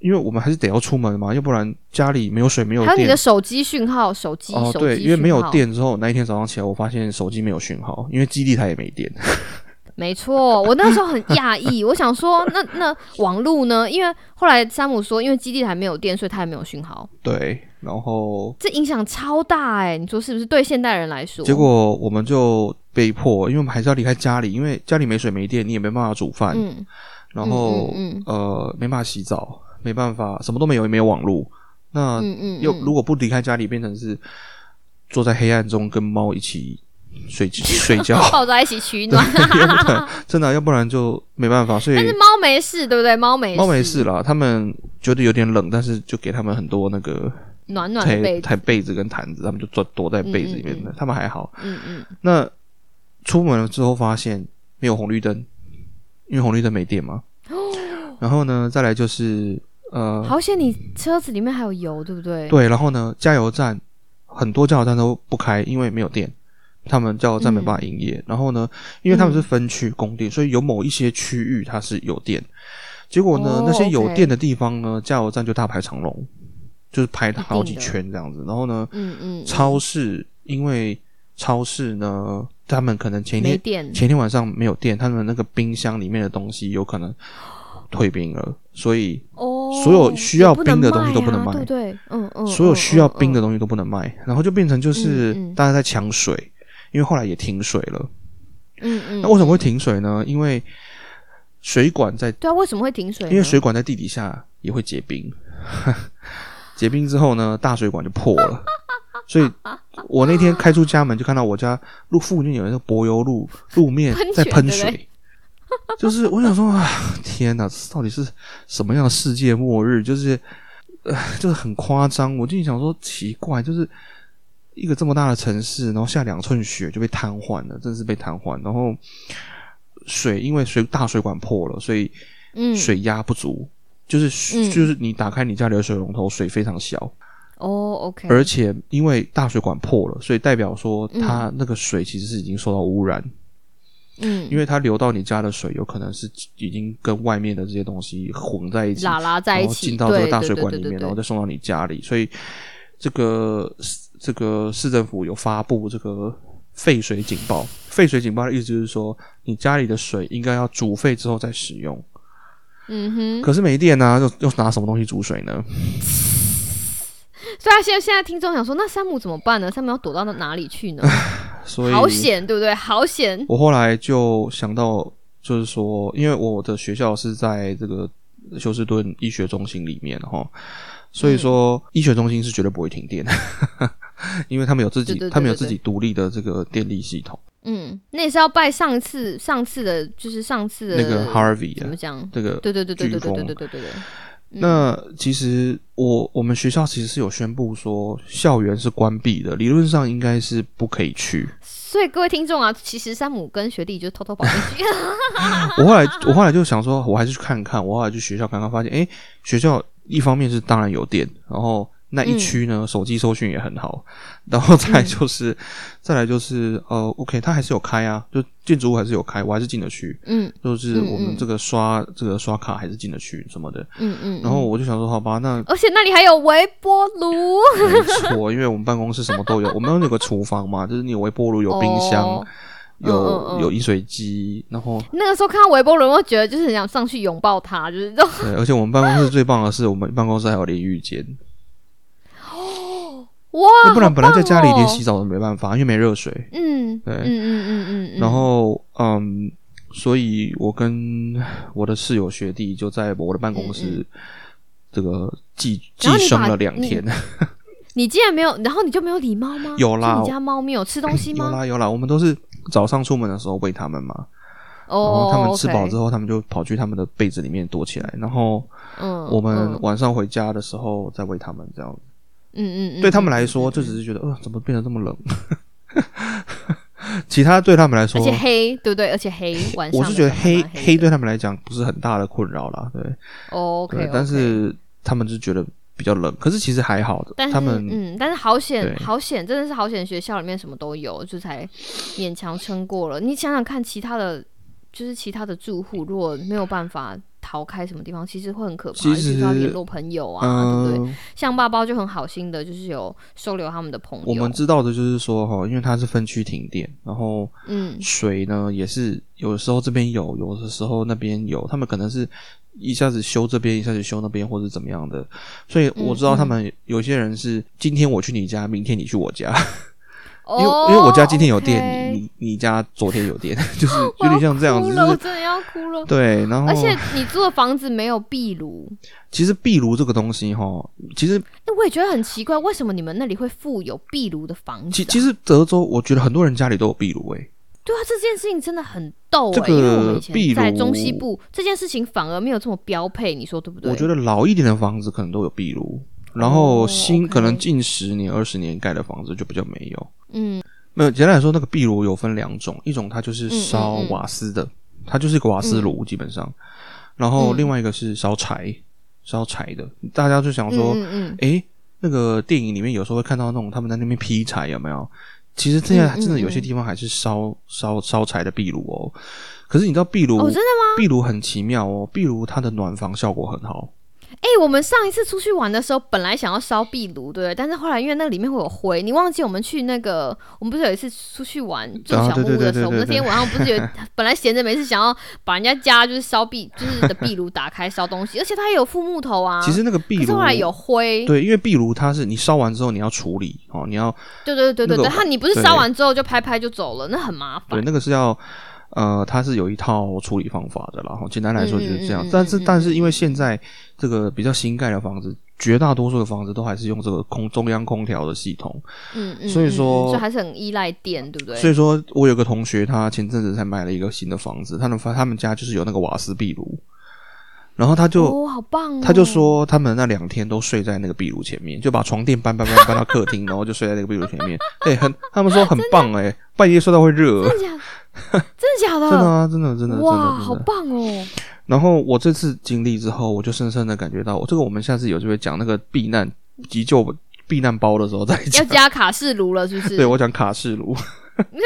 S2: 因为我们还是得要出门嘛，要不然家里没有水没有
S1: 还有你
S2: 电
S1: 的。手机讯号，手机、
S2: 哦，
S1: 手机
S2: 对，
S1: 讯
S2: 因为没有
S1: 号，
S2: 电之后，那一天早上起来，我发现手机没有讯号，因为基地台也没电。
S1: 没错，我那时候很讶异，我想说，那那网路呢？因为后来山姆说，因为基地台没有电，所以他也没有讯号，
S2: 对，然后
S1: 这影响超大哎、你说是不是？对现代人来说，
S2: 结果我们就被迫，因为我们还是要离开家里，因为家里没水没电，你也没办法煮饭，
S1: 嗯，
S2: 然后、
S1: 嗯嗯
S2: 呃没办法洗澡，没办法什么都没有，也没有网络。那
S1: 嗯嗯，
S2: 呃又
S1: 嗯
S2: 如果不离开家里，变成是坐在黑暗中跟猫一起睡 睡 觉，
S1: 抱在一起取暖，
S2: 真的啊、要不然就没办法。所以
S1: 但是猫没事，对不对？猫没
S2: 猫没事啦，他们觉得有点冷，但是就给他们很多那个
S1: 暖暖的
S2: 台
S1: 被子，
S2: 台被子跟毯子，他们就躲躲在被子里面的，他们还好。
S1: 嗯嗯，
S2: 那出门了之后发现没有红绿灯，因为红绿灯没电 嘛。然后呢，再来就是呃，
S1: 好险你车子里面还有油，对不对？
S2: 对，然后呢，加油站很多加油站都不开，因为没有电。他们叫
S1: 嗯
S2: 站没办法营业。然后呢，因为他们是分区供电，所以有某一些区域它是有电。结果呢，
S1: 哦
S2: 那些有
S1: OK
S2: 电的地方呢，加油站就大排长龙，就是排
S1: 定
S2: 好几
S1: 的
S2: 圈这样子。然后呢，
S1: 嗯嗯，
S2: 超市因为超市呢，他们可能前一
S1: 没
S2: 天
S1: 电，
S2: 前一天晚上没有电，他们那个冰箱里面的东西有可能退冰了，所以
S1: 哦，
S2: 所有需要冰的东西都
S1: 不
S2: 不能
S1: 啊
S2: 卖
S1: 对不对？嗯嗯，
S2: 所有需要冰的
S1: 东
S2: 东西都不能卖，然后就变成就是
S1: 嗯嗯
S2: 大家在抢水，因为后来也停水了。
S1: 西，嗯嗯，
S2: 那为什么会停水呢？因为水管在，
S1: 对啊，为什么会停水呢？
S2: 因为水管在地底下也会结冰， 结冰之后呢，大水管就破了。所以，我那天开出家门就看到我家路附近有一个柏油路路面
S1: 喷泉
S2: 在喷
S1: 对不对
S2: 水，就是我想说啊， 天哪，这到底是什么样的世界末日？就是，呃，就是很夸张。我就想说，奇怪，就是一个这么大的城市，然后下两寸雪就被瘫痪了，真是被瘫痪。然后水因为水大水管破了，所以
S1: 嗯
S2: 水压不足，就是水
S1: 嗯
S2: 就是你打开你家里的水龙头，水非常小。
S1: 哦，OK，
S2: 而且因为大水管破了，所以代表说
S1: 嗯
S2: 它那个水其实是已经受到污染，
S1: 嗯，
S2: 因为它流到你家的水有可能是已经跟外面的这些东西混在一起，
S1: 拉拉在
S2: 然
S1: 一
S2: 后
S1: 起，
S2: 进到这个
S1: 对
S2: 大
S1: 对
S2: 水
S1: 对
S2: 管
S1: 对
S2: 里
S1: 对
S2: 面，
S1: 对
S2: 然后再送到你家里，所以这个这个市政府有发布这个废水警报。废水警报的意思就是说，你家里的水应该要煮沸之后再使用。
S1: 嗯哼，
S2: 可是没电啊，又又拿什么东西煮水呢？
S1: 所以啊现在现在听众想说，那山姆怎么办呢？山姆要躲到哪里去呢？
S2: 所以
S1: 好险，对不对？好险，
S2: 我后来就想到，就是说，因为我的学校是在这个休斯顿医学中心里面哈，所以说
S1: 嗯
S2: 医学中心是绝对不会停电， 因为他们有自己
S1: 对对对
S2: 他们有
S1: 对
S2: 自己独立的这个电力系统，
S1: 嗯，那也是要拜上次上次的，就是上次的
S2: 那个 Harvey
S1: 怎
S2: 啊
S1: 么，讲？
S2: 这个。
S1: 对对对对对对对
S2: 飓风
S1: 对对对对，嗯
S2: 那其实我我们学校其实是有宣布说校园是关闭的，理论上应该是不可以去。
S1: 所以各位听众啊，其实山姆跟学弟就偷偷跑进 去，
S2: 我后来我后来就想说，我还是去看看。我后来去学校看看，发现诶，学校一方面是当然有电，然后那
S1: 嗯
S2: 一区呢、手机搜讯也很好，然后再来就是、再来就是呃，OK，它还是有开啊，就建筑物还是有开，我还是进得去，
S1: 嗯
S2: 就是
S1: 嗯
S2: 我们
S1: 嗯
S2: 这个刷、这个刷卡还是进得去什么的。
S1: 嗯嗯，
S2: 然后我就想说，好吧，那
S1: 而且那里还有微波炉，
S2: 没错，因为我们办公室什么都有，我们有个厨房嘛，就是你有微波炉，有冰箱，
S1: 哦嗯
S2: 有、
S1: 嗯嗯
S2: 有饮水机，然后
S1: 那个时候看到微波炉，我觉得就是很想上去拥抱它，就是这种
S2: 对，而且我们办公室最棒的是，我们办公室还有淋浴间，
S1: 哇
S2: 要，哎不然本来在家里连洗
S1: 好
S2: 澡都没办法，因为没热水。
S1: 棒哦，嗯，
S2: 对
S1: 嗯嗯嗯嗯嗯，
S2: 然后，嗯，所以我跟我的室友学弟就在我的办公
S1: 嗯
S2: 室这个寄寄
S1: 然后你
S2: 生
S1: 把
S2: 了两天，
S1: 你竟然没有，然后你就没有理猫吗？
S2: 有啦
S1: 是你家猫咪有吃东西
S2: 有
S1: 吗？
S2: 啦有啦，我们都是早上出门的时候喂他们嘛，然
S1: 哦，
S2: 后他们吃饱之
S1: 后，
S2: 后，他们就跑去他们的被子里面躲起来，然后
S1: 嗯，
S2: 我们
S1: 嗯
S2: 晚上回家的时候再喂他们，这样子。
S1: 嗯嗯，嗯
S2: 对他们来说，就只是觉得，呃，怎么变得这么冷？ 其他对他们来说
S1: 而，且黑，对不对？而且黑，晚上
S2: 我是觉得
S1: 的时候
S2: 黑
S1: 还蛮黑
S2: 黑
S1: 的哦
S2: 对他们来讲不是很大的困扰啦，对
S1: ，OK，
S2: 对，但是他们就觉得比较冷，可是其实还好的，
S1: 但是
S2: 他们
S1: 嗯，但是好险，
S2: 对
S1: 好险，真的是好险！学校里面什么都有，就才勉强撑过了。你想想看，其他的就是其他的住户，如果没有办法逃开什么地方，其实会很可怕，
S2: 其
S1: 尤其是要
S2: 实
S1: 联络朋友啊，对不对？
S2: 嗯，
S1: 像爸爸就很好心的，就是有收留他们的朋友。
S2: 我们知道的就是说哈，因为它是分区停电，然后
S1: 嗯
S2: 水呢也是有的时候这边有，有的时候那边有，他们可能是。一下子修这边，一下子修那边，或者怎么样的，所
S1: 嗯
S2: 以我知道他们有些人是今天我去你家，明天你去我家，因为、
S1: 哦
S2: 因为我家今天有
S1: OK
S2: 电，你你你家昨天有电， 就是
S1: 我
S2: 有点
S1: 要
S2: 像这样子，
S1: 哭
S2: 就
S1: 了，我
S2: 是
S1: 真的要哭了。
S2: 对，哦然后
S1: 而且你住的房子没有壁炉，
S2: 其实壁炉这个东西哈，其实
S1: 那我也觉得很奇怪，为什么你们那里会附有壁炉的房子、
S2: 其
S1: 啊？
S2: 其实德州，我觉得很多人家里都有壁炉诶、哎
S1: 对啊，这件事情真的很逗、欸，
S2: 这个
S1: 因为我们以
S2: 壁
S1: 前在
S2: 炉
S1: 中西部，这件事情反而没有这么标配，你说对不对？
S2: 我觉得老一点的房子可能都有壁炉，然后
S1: 哦
S2: 新、
S1: OK
S2: 可能近十年二十年盖的房子就比较没有。
S1: 嗯
S2: 没有简单来说，那个壁炉有分两种，一种它就是
S1: 嗯嗯
S2: 烧
S1: 嗯
S2: 瓦斯的，它就是一个瓦斯炉基本上，然后
S1: 嗯
S2: 另外一个是烧柴，烧柴的。大家就想说，
S1: 嗯嗯嗯，
S2: 诶，那个电影里面有时候会看到那种他们在那边劈柴，有没有？其实这样
S1: 嗯嗯
S2: 真的有
S1: 嗯
S2: 些地方还是烧烧烧柴的壁炉哦。可是你知道壁炉、
S1: 哦，真的吗？
S2: 壁炉很奇妙哦，壁炉它的暖房效果很好。
S1: 哎、我们上一次出去玩的时候，本来想要烧壁炉，对不对？但是后来因为那里面会有灰，你忘记我们去那个，我们不是有一次出去玩住
S2: 啊
S1: 小木
S2: 对对
S1: 屋的时候，我
S2: 对对对
S1: 们那天晚上不是有 本来闲着没事想要把人家家就是烧壁就是的壁炉打开烧东西，而且它也有附木头啊。
S2: 其实那个
S1: 可
S2: 壁
S1: 是
S2: 炉
S1: 后来有灰，
S2: 对，因为壁炉它是你烧完之后你要处理哦，你要
S1: 对对对对
S2: 那
S1: 对，
S2: 个
S1: 它你不是
S2: 对
S1: 烧完之后就拍拍就走了，那很麻
S2: 对
S1: 烦。
S2: 那个是要呃，它是有一套处理方法的啦。哦简单来说就是这样，
S1: 嗯嗯嗯
S2: 但是
S1: 嗯嗯
S2: 但是因为现在这个比较新盖的房子，绝大多数的房子都还是用这个空中央空调的系统。
S1: 嗯嗯，
S2: 所以
S1: 嗯嗯
S2: 说
S1: 所以还是很依赖电，对不对？
S2: 所以说我有个同学，他前阵子才买了一个新的房子，他们发他们家就是有那个瓦斯壁炉，然后他就。
S1: 哦，好棒哦！
S2: 他就说，他们那两天都睡在那个壁炉前面，就把床垫搬搬搬搬到客厅，然后就睡在那个壁炉前面。 哎、很，他们说很棒哎、半夜睡到会热，
S1: 真的 假的？真的假的？
S2: 真的啊，真的真的真的
S1: 哇，
S2: 真
S1: 好
S2: 的。
S1: 棒 哦！
S2: 然后我这次经历之后，我就深深的感觉到，这个我们下次有机会讲那个避难急救避难包的时候再
S1: 要
S2: 讲。
S1: 加卡式炉了，是不是？
S2: 对我讲卡式炉， 因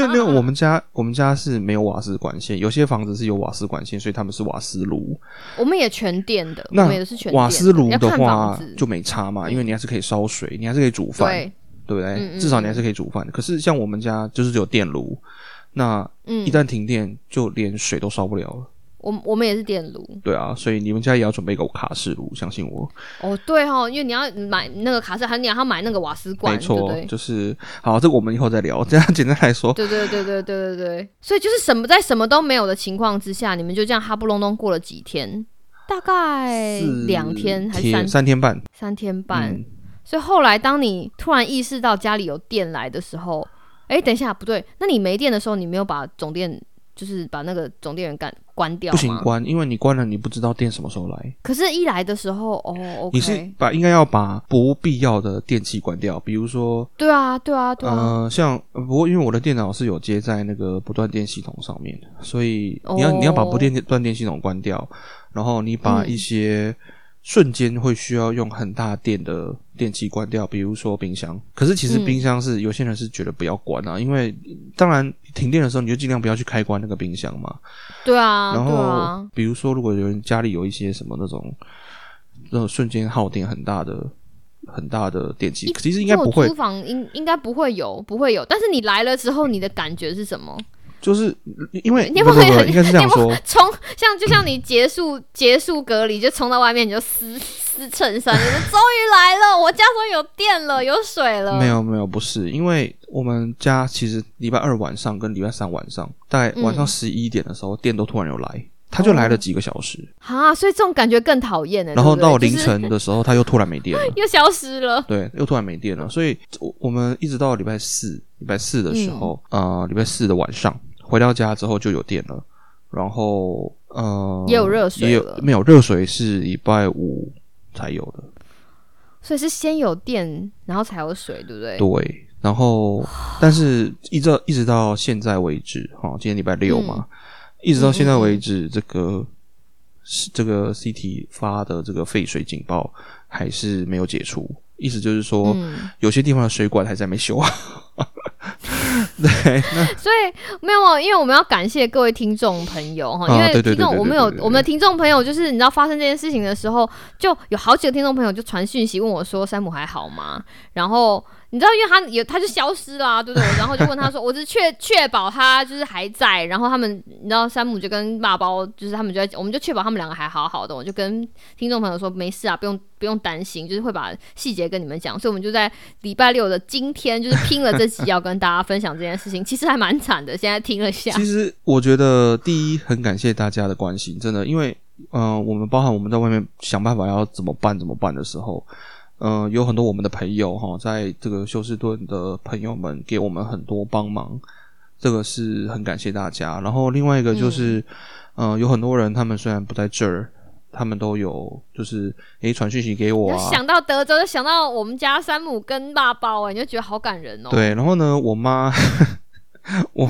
S2: 为那个我们家我们家是没有瓦斯管线，有些房子是有瓦斯管线，所以他们是瓦斯炉。
S1: 我们也全电的，我
S2: 那
S1: 们也是全电的
S2: 瓦斯炉
S1: 要
S2: 的
S1: 看房
S2: 话
S1: 子
S2: 就没差嘛，因为你还是可以烧水，你还是可以煮饭，
S1: 对，
S2: 对不对？
S1: 嗯嗯
S2: 至少你
S1: 嗯
S2: 还是可以煮饭。可是像我们家就是只有电炉，那
S1: 嗯
S2: 一，旦停电，就连水都烧不了了。
S1: 我我们也是电炉
S2: 对啊，所以你们家也要准备一个卡式炉，相信我。
S1: 哦，对哦，因为你要买那个卡式，还有你要买那个瓦斯罐，
S2: 没
S1: 对不
S2: 错，
S1: 对？
S2: 就是好，这个我们以后再聊。 这样简单来说，
S1: 对对对对对对对，所以就是什么在什么都没有的情况之下，你们就这样哈不隆咚过了几天，大概
S2: 四
S1: 两天还是
S2: 天
S1: 三
S2: 三天半，
S1: 三天半。
S2: 嗯
S1: 所以后来当你突然意识到家里有电来的时候，哎、等一下，不对，那你没电的时候，你没有把总电就是把那个总电源干关掉
S2: 不行
S1: 吗？
S2: 关，因为你关了，你不知道电什么时候来。
S1: 可是，一来的时候，哦，OK，
S2: 你是把应该要把不必要的电器关掉，比如说
S1: 对啊，对啊，对啊，
S2: 呃，像呃不过因为我的电脑是有接在那个不断电系统上面，所以
S1: 哦
S2: 你要、你要把不电断电系统关掉，然后你把
S1: 嗯
S2: 一些瞬间会需要用很大电的电器关掉，比如说冰箱。可是其实
S1: 嗯
S2: 冰箱是、有些人是觉得不要关啊，因为当然停电的时候你就尽量不要去开关那个冰箱嘛。
S1: 对啊，
S2: 然后、
S1: 对啊，
S2: 比如说如果有人家里有一些什么那种那种瞬间耗电很大的。很大的电器
S1: 一，
S2: 其实应该不会
S1: 这种租房应应该不会有，不会有。但是你来了之后，你的感觉是什么？
S2: 就是因为
S1: 你有
S2: 不
S1: 没
S2: 哎不
S1: 有
S2: 不，
S1: 很
S2: 应该是这样说，
S1: 冲，像就像你结束结束隔离，就冲到外面，你就撕撕衬衫， 你说终于来了，我家说有电了，有水了。
S2: 没，有没有，不是，因为我们家其实礼拜二晚上跟礼拜三晚上，大概晚上
S1: 嗯
S2: 十一点的时候，电都突然有来，它就来了几个小时，
S1: 啊，所以这种感觉更讨厌了。
S2: 然后
S1: 对不对
S2: 到凌，
S1: 就是。
S2: 晨的时候，它又突然没电了
S1: 又消失了。
S2: 对，又突然没
S1: 嗯
S2: 电了，所以我我们一直到礼拜四，礼拜四的时候，
S1: 嗯
S2: 呃，礼拜四的晚上回到家之后就有电了，然后呃，
S1: 也有热水
S2: 也
S1: 了
S2: 有没有热水是礼拜五才有的，
S1: 所以是先有电，然后才有水，对不对？
S2: 对，然后但是一直到一直到现在为止，哈、今天礼拜六嘛，
S1: 嗯
S2: 一直到现在为止，这个是这个 CT 发的这个废水警报还是没有解除，意思就是说、
S1: 嗯，
S2: 有些地方的水管还在没修啊。
S1: 所以没有，啊因为我们要感谢各位听众朋友哈，
S2: 啊
S1: 因为
S2: 对对
S1: 听众
S2: 对对
S1: 我们
S2: 对
S1: 有
S2: 对对对
S1: 我们的听众朋友，就是你知道发生这件事情的时候，就有好几个听众朋友就传讯息问我说：“山姆还好吗？”然后你知道，因为他有他就消失啦、对不对？我然后就问他说：“我只确确保他就是还在。”然后他们你知道，山姆就跟爸包就是他们就在，我们就确保他们两个还好好的。我就跟听众朋友说：“没事啊，不用不用担心，就是会把细节跟你们讲。”所以我们就在礼拜六的今天，就是拼了这集要跟大家分享这件事情，其实还蛮惨的。现在听了一下，
S2: 其实我觉得第一很感谢大家的关心，真的，因为嗯、呃我们包含我们在外面想办法要怎么办怎么办的时候，嗯、有很多我们的朋友哈，在这个休斯顿的朋友们给我们很多帮忙，这个是很感谢大家。然后另外一个就是，嗯、有很多人他们虽然不在这儿。他们都有，就是诶传讯息给我
S1: 就
S2: 啊，
S1: 想到德州，就想到我们家山姆跟爸包、哎，你就觉得好感人哦。
S2: 对，然后呢，我妈 我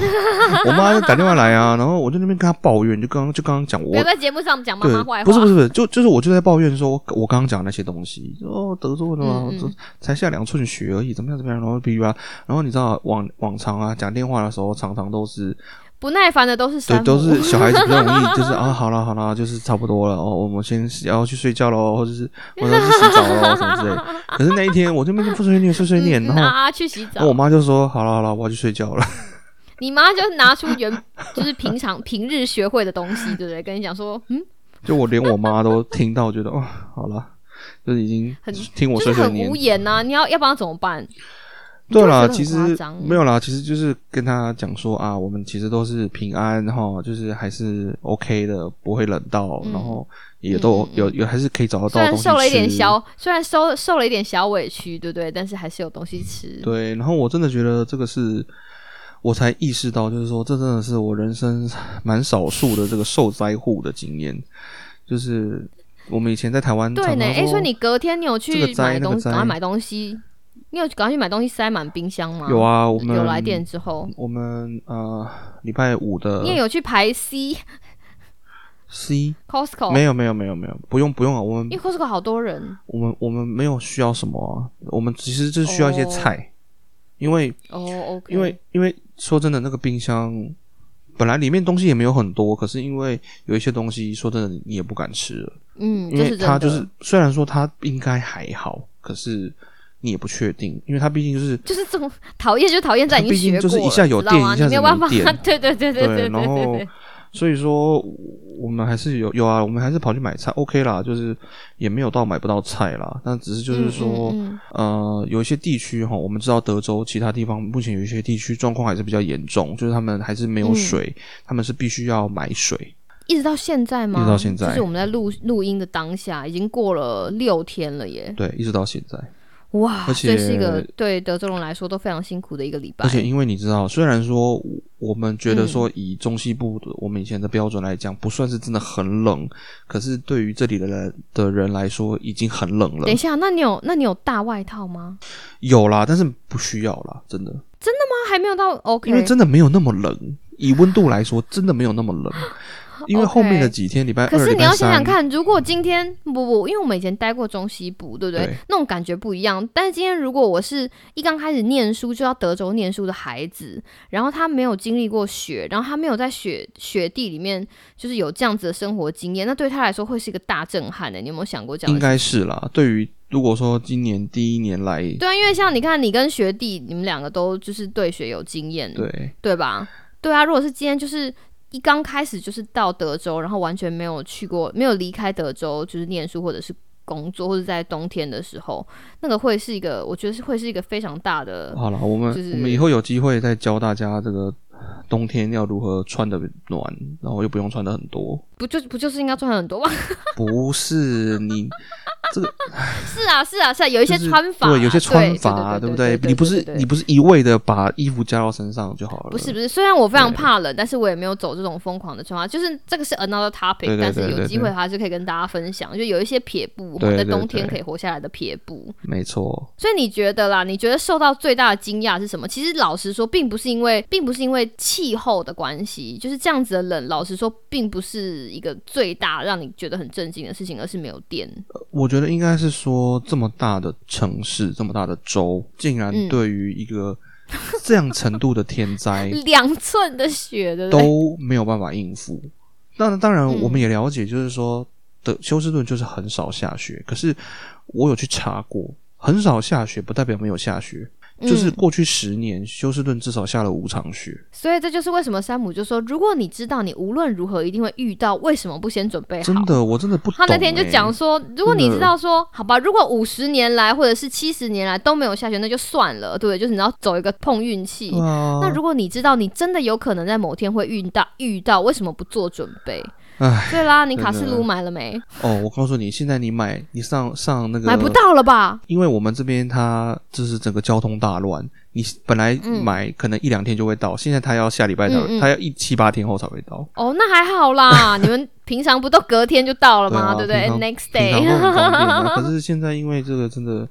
S2: 我妈就打电话来啊，然后我就那边跟她抱怨，就刚刚就刚刚讲
S1: 不
S2: 我
S1: 要在节目上讲妈妈坏话。
S2: 对，不是不是不是，就就是我就在抱怨说，我我刚刚讲那些东西，哦，德州的嘛，
S1: 嗯嗯
S2: 这才下两寸雪而已，怎么样怎么样，然后哔哔啊，然后你知道往往常啊讲电话的时候，常常都是
S1: 不耐烦的都是
S2: 对
S1: 山，姆，
S2: 都是小孩子比较容易，就是啊，好啦好啦，就是差不多了哦，我们先要去睡觉喽，或者是我要去洗澡喽什么之类的。可是那一天我就没跟碎碎念碎碎念，
S1: 嗯
S2: 然后
S1: 啊去洗
S2: 然后我
S1: 澡。
S2: 妈就说好了好了，我要去睡觉了。
S1: 你妈就拿出原就是平常平日学会的东西，对不对？跟你讲说，嗯，
S2: 就我连我妈都听到，觉得哦，好了，就是已经
S1: 很
S2: 听我
S1: 就
S2: 碎
S1: 是
S2: 碎
S1: 很
S2: 念
S1: 无。言呐、你要要不然怎么办？
S2: 对啦，
S1: 你
S2: 其
S1: 就
S2: 实
S1: 会觉得很夸张
S2: 没有啦，其实就是跟她讲说啊，我们其实都是平安哈，就是还是 OK 的，不会冷到，
S1: 嗯
S2: 然后也都有有还是可以找得
S1: 虽
S2: 到
S1: 然
S2: 东西
S1: 受了一点
S2: 吃
S1: 小，虽然受受了一点小委屈，对不对？但是还是有东西吃。
S2: 对，然后我真的觉得这个是，我才意识到，就是说这真的是我人生蛮少数的这个受灾户的经验，就是我们以前在台湾
S1: 对
S2: 常常
S1: 呢，
S2: 说，
S1: 哎、所以你隔天你有
S2: 这
S1: 去
S2: 个灾
S1: 买
S2: 那个
S1: 东西，赶快
S2: 灾
S1: 买东西，你有赶快去买东西塞满冰箱吗？
S2: 有，啊，我
S1: 嗯
S2: 们
S1: 有来电，之后，
S2: 我们呃礼拜五的
S1: 你也有去排 C
S2: C
S1: Costco，
S2: 没有没有没有没有，不用不用啊，我们
S1: 因为 Costco 好多人
S2: 我们我们没有需要什么、啊，我们其实就是需要一些
S1: 哦
S2: 菜，因为
S1: 哦，OK，
S2: 因为因为说真的，那个冰箱本来里面东西也没有很多，可是因为有一些东西，说真的你也不敢吃了，
S1: 嗯，
S2: 因
S1: 这
S2: 为
S1: 是
S2: 它
S1: 真
S2: 就
S1: 的
S2: 是虽然说它应该还好，可是你也不确定，因为它毕竟就是
S1: 就是这种讨厌，就讨厌在已经
S2: 毕竟
S1: 学
S2: 就
S1: 过
S2: 是一
S1: 了，
S2: 下有
S1: 知道吗？
S2: 电一下
S1: 你没有
S2: 子没
S1: 办法，
S2: 电
S1: 对对对 对
S2: 对
S1: 对对
S2: 然后
S1: 对。
S2: 所以说我们还是有有啊，我们还是跑去买菜，OK 啦，就是也没有到买不到菜啦，但只是就是说、
S1: 嗯嗯嗯
S2: 呃，有一些地区哈，我们知道德州其他地方目前有一些地区状况还是比较严重，就是他们还是没有
S1: 嗯
S2: 水，他们是必须要买水。
S1: 一直到现在吗？
S2: 一直到现在
S1: 就是我们在录录音的当下，已经过了六天了耶！
S2: 对，一直到现在。
S1: 哇，
S2: 而且
S1: 这是一个对德州人来说都非常辛苦的一个礼拜。
S2: 而且因为你知道，虽然说我我们觉得
S1: 嗯
S2: 说以中西部的我们以前的标准来讲，不算是真的很冷，可是对于这里的人的人来说，已经很冷了
S1: 等一。下，那你有那你有大外套吗？
S2: 有啦，但是不需要啦，真的，
S1: 那还没有到 OK，
S2: 因为真的没有那么冷。以温度来说，真的没有那么冷，因为后面的几天，礼拜
S1: 可
S2: 哎二、
S1: 是
S2: 礼
S1: 你
S2: 拜
S1: 要想
S2: 三
S1: 想，看，如果今天不不，因为我们以前待过中西部，对不对？
S2: 对
S1: 那种感觉不一样。但是今天如果我是一刚开始念书就到德州念书的孩子，然后他没有经历过雪，然后他没有在雪雪地里面就是有这样子的生活经验，那对他来说会是一个大震撼的。你有没有想过这样
S2: 应
S1: 的事？
S2: 该是啦。对于如果说今年第一年来，
S1: 对啊，因为像你看，你跟学弟，你们两个都就是对雪有经验，
S2: 对
S1: 对吧？对啊，如果是今天就是一刚开始就是到德州，然后完全没有去过，没有离开德州，就是念书或者是工作，或者在冬天的时候，那个会是一个，我觉得是会是一个非常大的。
S2: 好了，我们、
S1: 就是
S2: 我们以后有机会再教大家这个冬天要如何穿的暖，然后又不用穿的很多。
S1: 不就不就是应该穿很多吗？
S2: 不是你
S1: 是啊，是啊，是啊， 有一些
S2: 就是
S1: 穿法啦，
S2: 对有些穿法，啊
S1: 法，
S2: 对
S1: 对
S2: 不
S1: 对？
S2: 你不是
S1: 对对
S2: 你不是一味的把衣服加到身上就好了。
S1: 不是不是，虽然我非常
S2: 对
S1: 怕冷，但是我也没有走这种疯狂的穿法，就是这个是 another topic，
S2: 对对
S1: 但是
S2: 对
S1: 有
S2: 对
S1: 机会的话就可以跟大家分享，就有一些撇步，
S2: 对
S1: 在
S2: 对
S1: 冬天
S2: 对
S1: 可以活下来的撇步。
S2: 没错，
S1: 所以你觉得啦？你觉得受到最大的惊讶是什么？其实老实说，并不是因为，并不是因为气候的关系，就是这样子的冷。老实说，并不是一个最大让你觉得很震惊的事情，而是没有电。
S2: 我觉得应该是说这么大的城市，这么大的州，竟然
S1: 嗯
S2: 对于一个这样程度的 天灾
S1: 两寸的雪，对不对？
S2: 都没有办法应付。那当然，
S1: 嗯
S2: 我们也了解，就是说的休斯顿就是很少下雪。可是我有去查过，很少下雪不代表没有下雪，就是
S1: 嗯
S2: 过去十年休斯顿至少下了五场雪。
S1: 所以这就是为什么山姆就说，如果你知道你无论如何一定会遇到，为什么不先准备好？
S2: 真的，我真的不懂、
S1: 他那天就
S2: 欸
S1: 讲，说，如果你
S2: 真的
S1: 知道说，好吧，如果五十年来或者是七十年来都没有下雪，那就算了，对不对？就是你要走一个碰运气。
S2: 对啊，
S1: 那如果你知道你真的有可能在某天会遇到遇到，为什么不做准备？
S2: 唉，
S1: 对啦，你卡
S2: 真
S1: 式
S2: 的
S1: 炉买了没？
S2: 哦，我告诉你，现在你买，你上上那个
S1: 买不到了吧？
S2: 因为我们这边它就是整个交通大乱，你本来
S1: 嗯
S2: 买可能一两天就会到，现在它要下礼拜才
S1: 嗯
S2: 会，
S1: 嗯
S2: 它要一七八天后才会到。
S1: 哦，那还好 啦，你们平常不都隔天就到了吗？对
S2: 对
S1: 不
S2: 啊
S1: 对
S2: 平常
S1: ？Next
S2: 平常都
S1: day， 嗯
S2: 很方便啊。可是现在因为这个真的，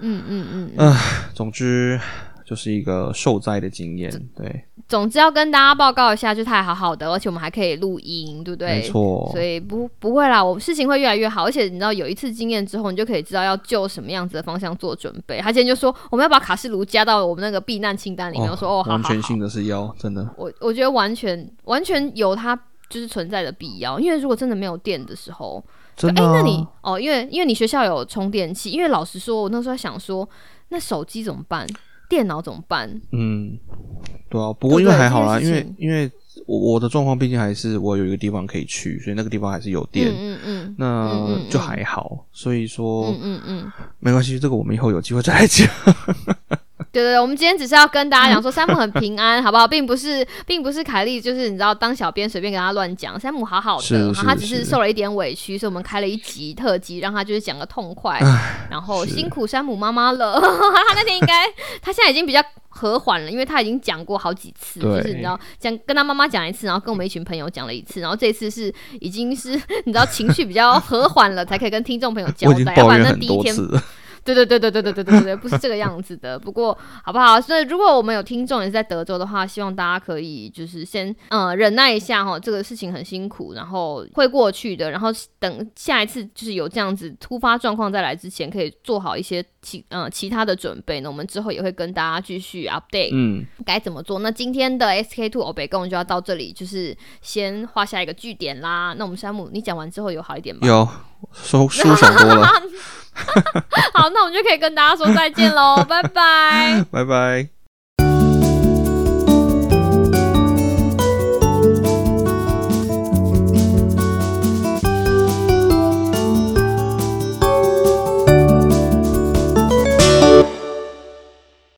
S1: 嗯嗯嗯，
S2: 总之就是一个受灾的经验，对，
S1: 总之要跟大家报告一下，就他还好好的，而且我们还可以录音，对不对？
S2: 没错
S1: 所，以不不会啦，我事情会越来越好，而且你知道有一次经验之后，你就可以知道要就什么样子的方向做准备。他今天就说我们要把卡式炉加到我们那个避难清单里面，我说哦，好好
S2: 完全
S1: 好
S2: 性的是妖，真的，
S1: 我我觉得完全完全有它就是存在的必要，因为如果真的没有电的时候，就
S2: 真的、
S1: 诶
S2: 啊
S1: 那你哦，因为因为你学校有充电器，因为老实说，我那时候在想说，那手机怎么办？电脑怎么办？
S2: 嗯，对啊，不过因为还好啦，
S1: 哦对
S2: 因
S1: 这件
S2: 为
S1: 事情
S2: 因为我我的状况毕竟还是我有一个地方可以去，所以那个地方还是有电，
S1: 嗯嗯嗯嗯
S2: 那
S1: 嗯
S2: 就还好，所以说、
S1: 嗯嗯嗯
S2: 没关系，这个我们以后有机会再来讲。
S1: 嗯， 对对对，我们今天只是要跟大家讲说，山姆很平安，好不好？并不是，并不是凯莉，就是你知道当小编随便跟他乱讲，山姆好好的，
S2: 是
S1: 然后他
S2: 是
S1: 只是
S2: 是
S1: 受了一点委屈，所以我们开了一集特辑，让他就是讲个痛快，然后
S2: 是
S1: 辛苦山姆妈妈了。 他那天应该，他现在已经比较和缓了，因为他已经讲过好几次，
S2: 对
S1: 就是你知道讲跟他妈妈讲一次，然后跟我们一群朋友讲了一次，然后这次是已经是你知道情绪比较和缓了，才可以跟听众朋友交
S2: 我已经
S1: 代，嗯要不
S2: 抱
S1: 然
S2: 怨
S1: 那
S2: 很
S1: 第一
S2: 多
S1: 天
S2: 次了，
S1: 对对对对对对对对对，不是这个样子的。不过好不好？所以如果我们有听众也是在德州的话，希望大家可以就是先呃忍耐一下哈，这个事情很辛苦，然后会过去的。然后等下一次就是有这样子突发状况再来之前，可以做好一些其呃其他的准备呢。我们之后也会跟大家继续 update。
S2: 嗯，
S1: 该怎么做。那今天的 SK Two 欧北共就要到这里，就是先画下一个句点啦。那我们山姆，你讲完之后有好一点吗？
S2: 有舒舒爽多 了，
S1: 好，那我们就可以跟大家说再见喽，拜拜。
S2: 拜拜。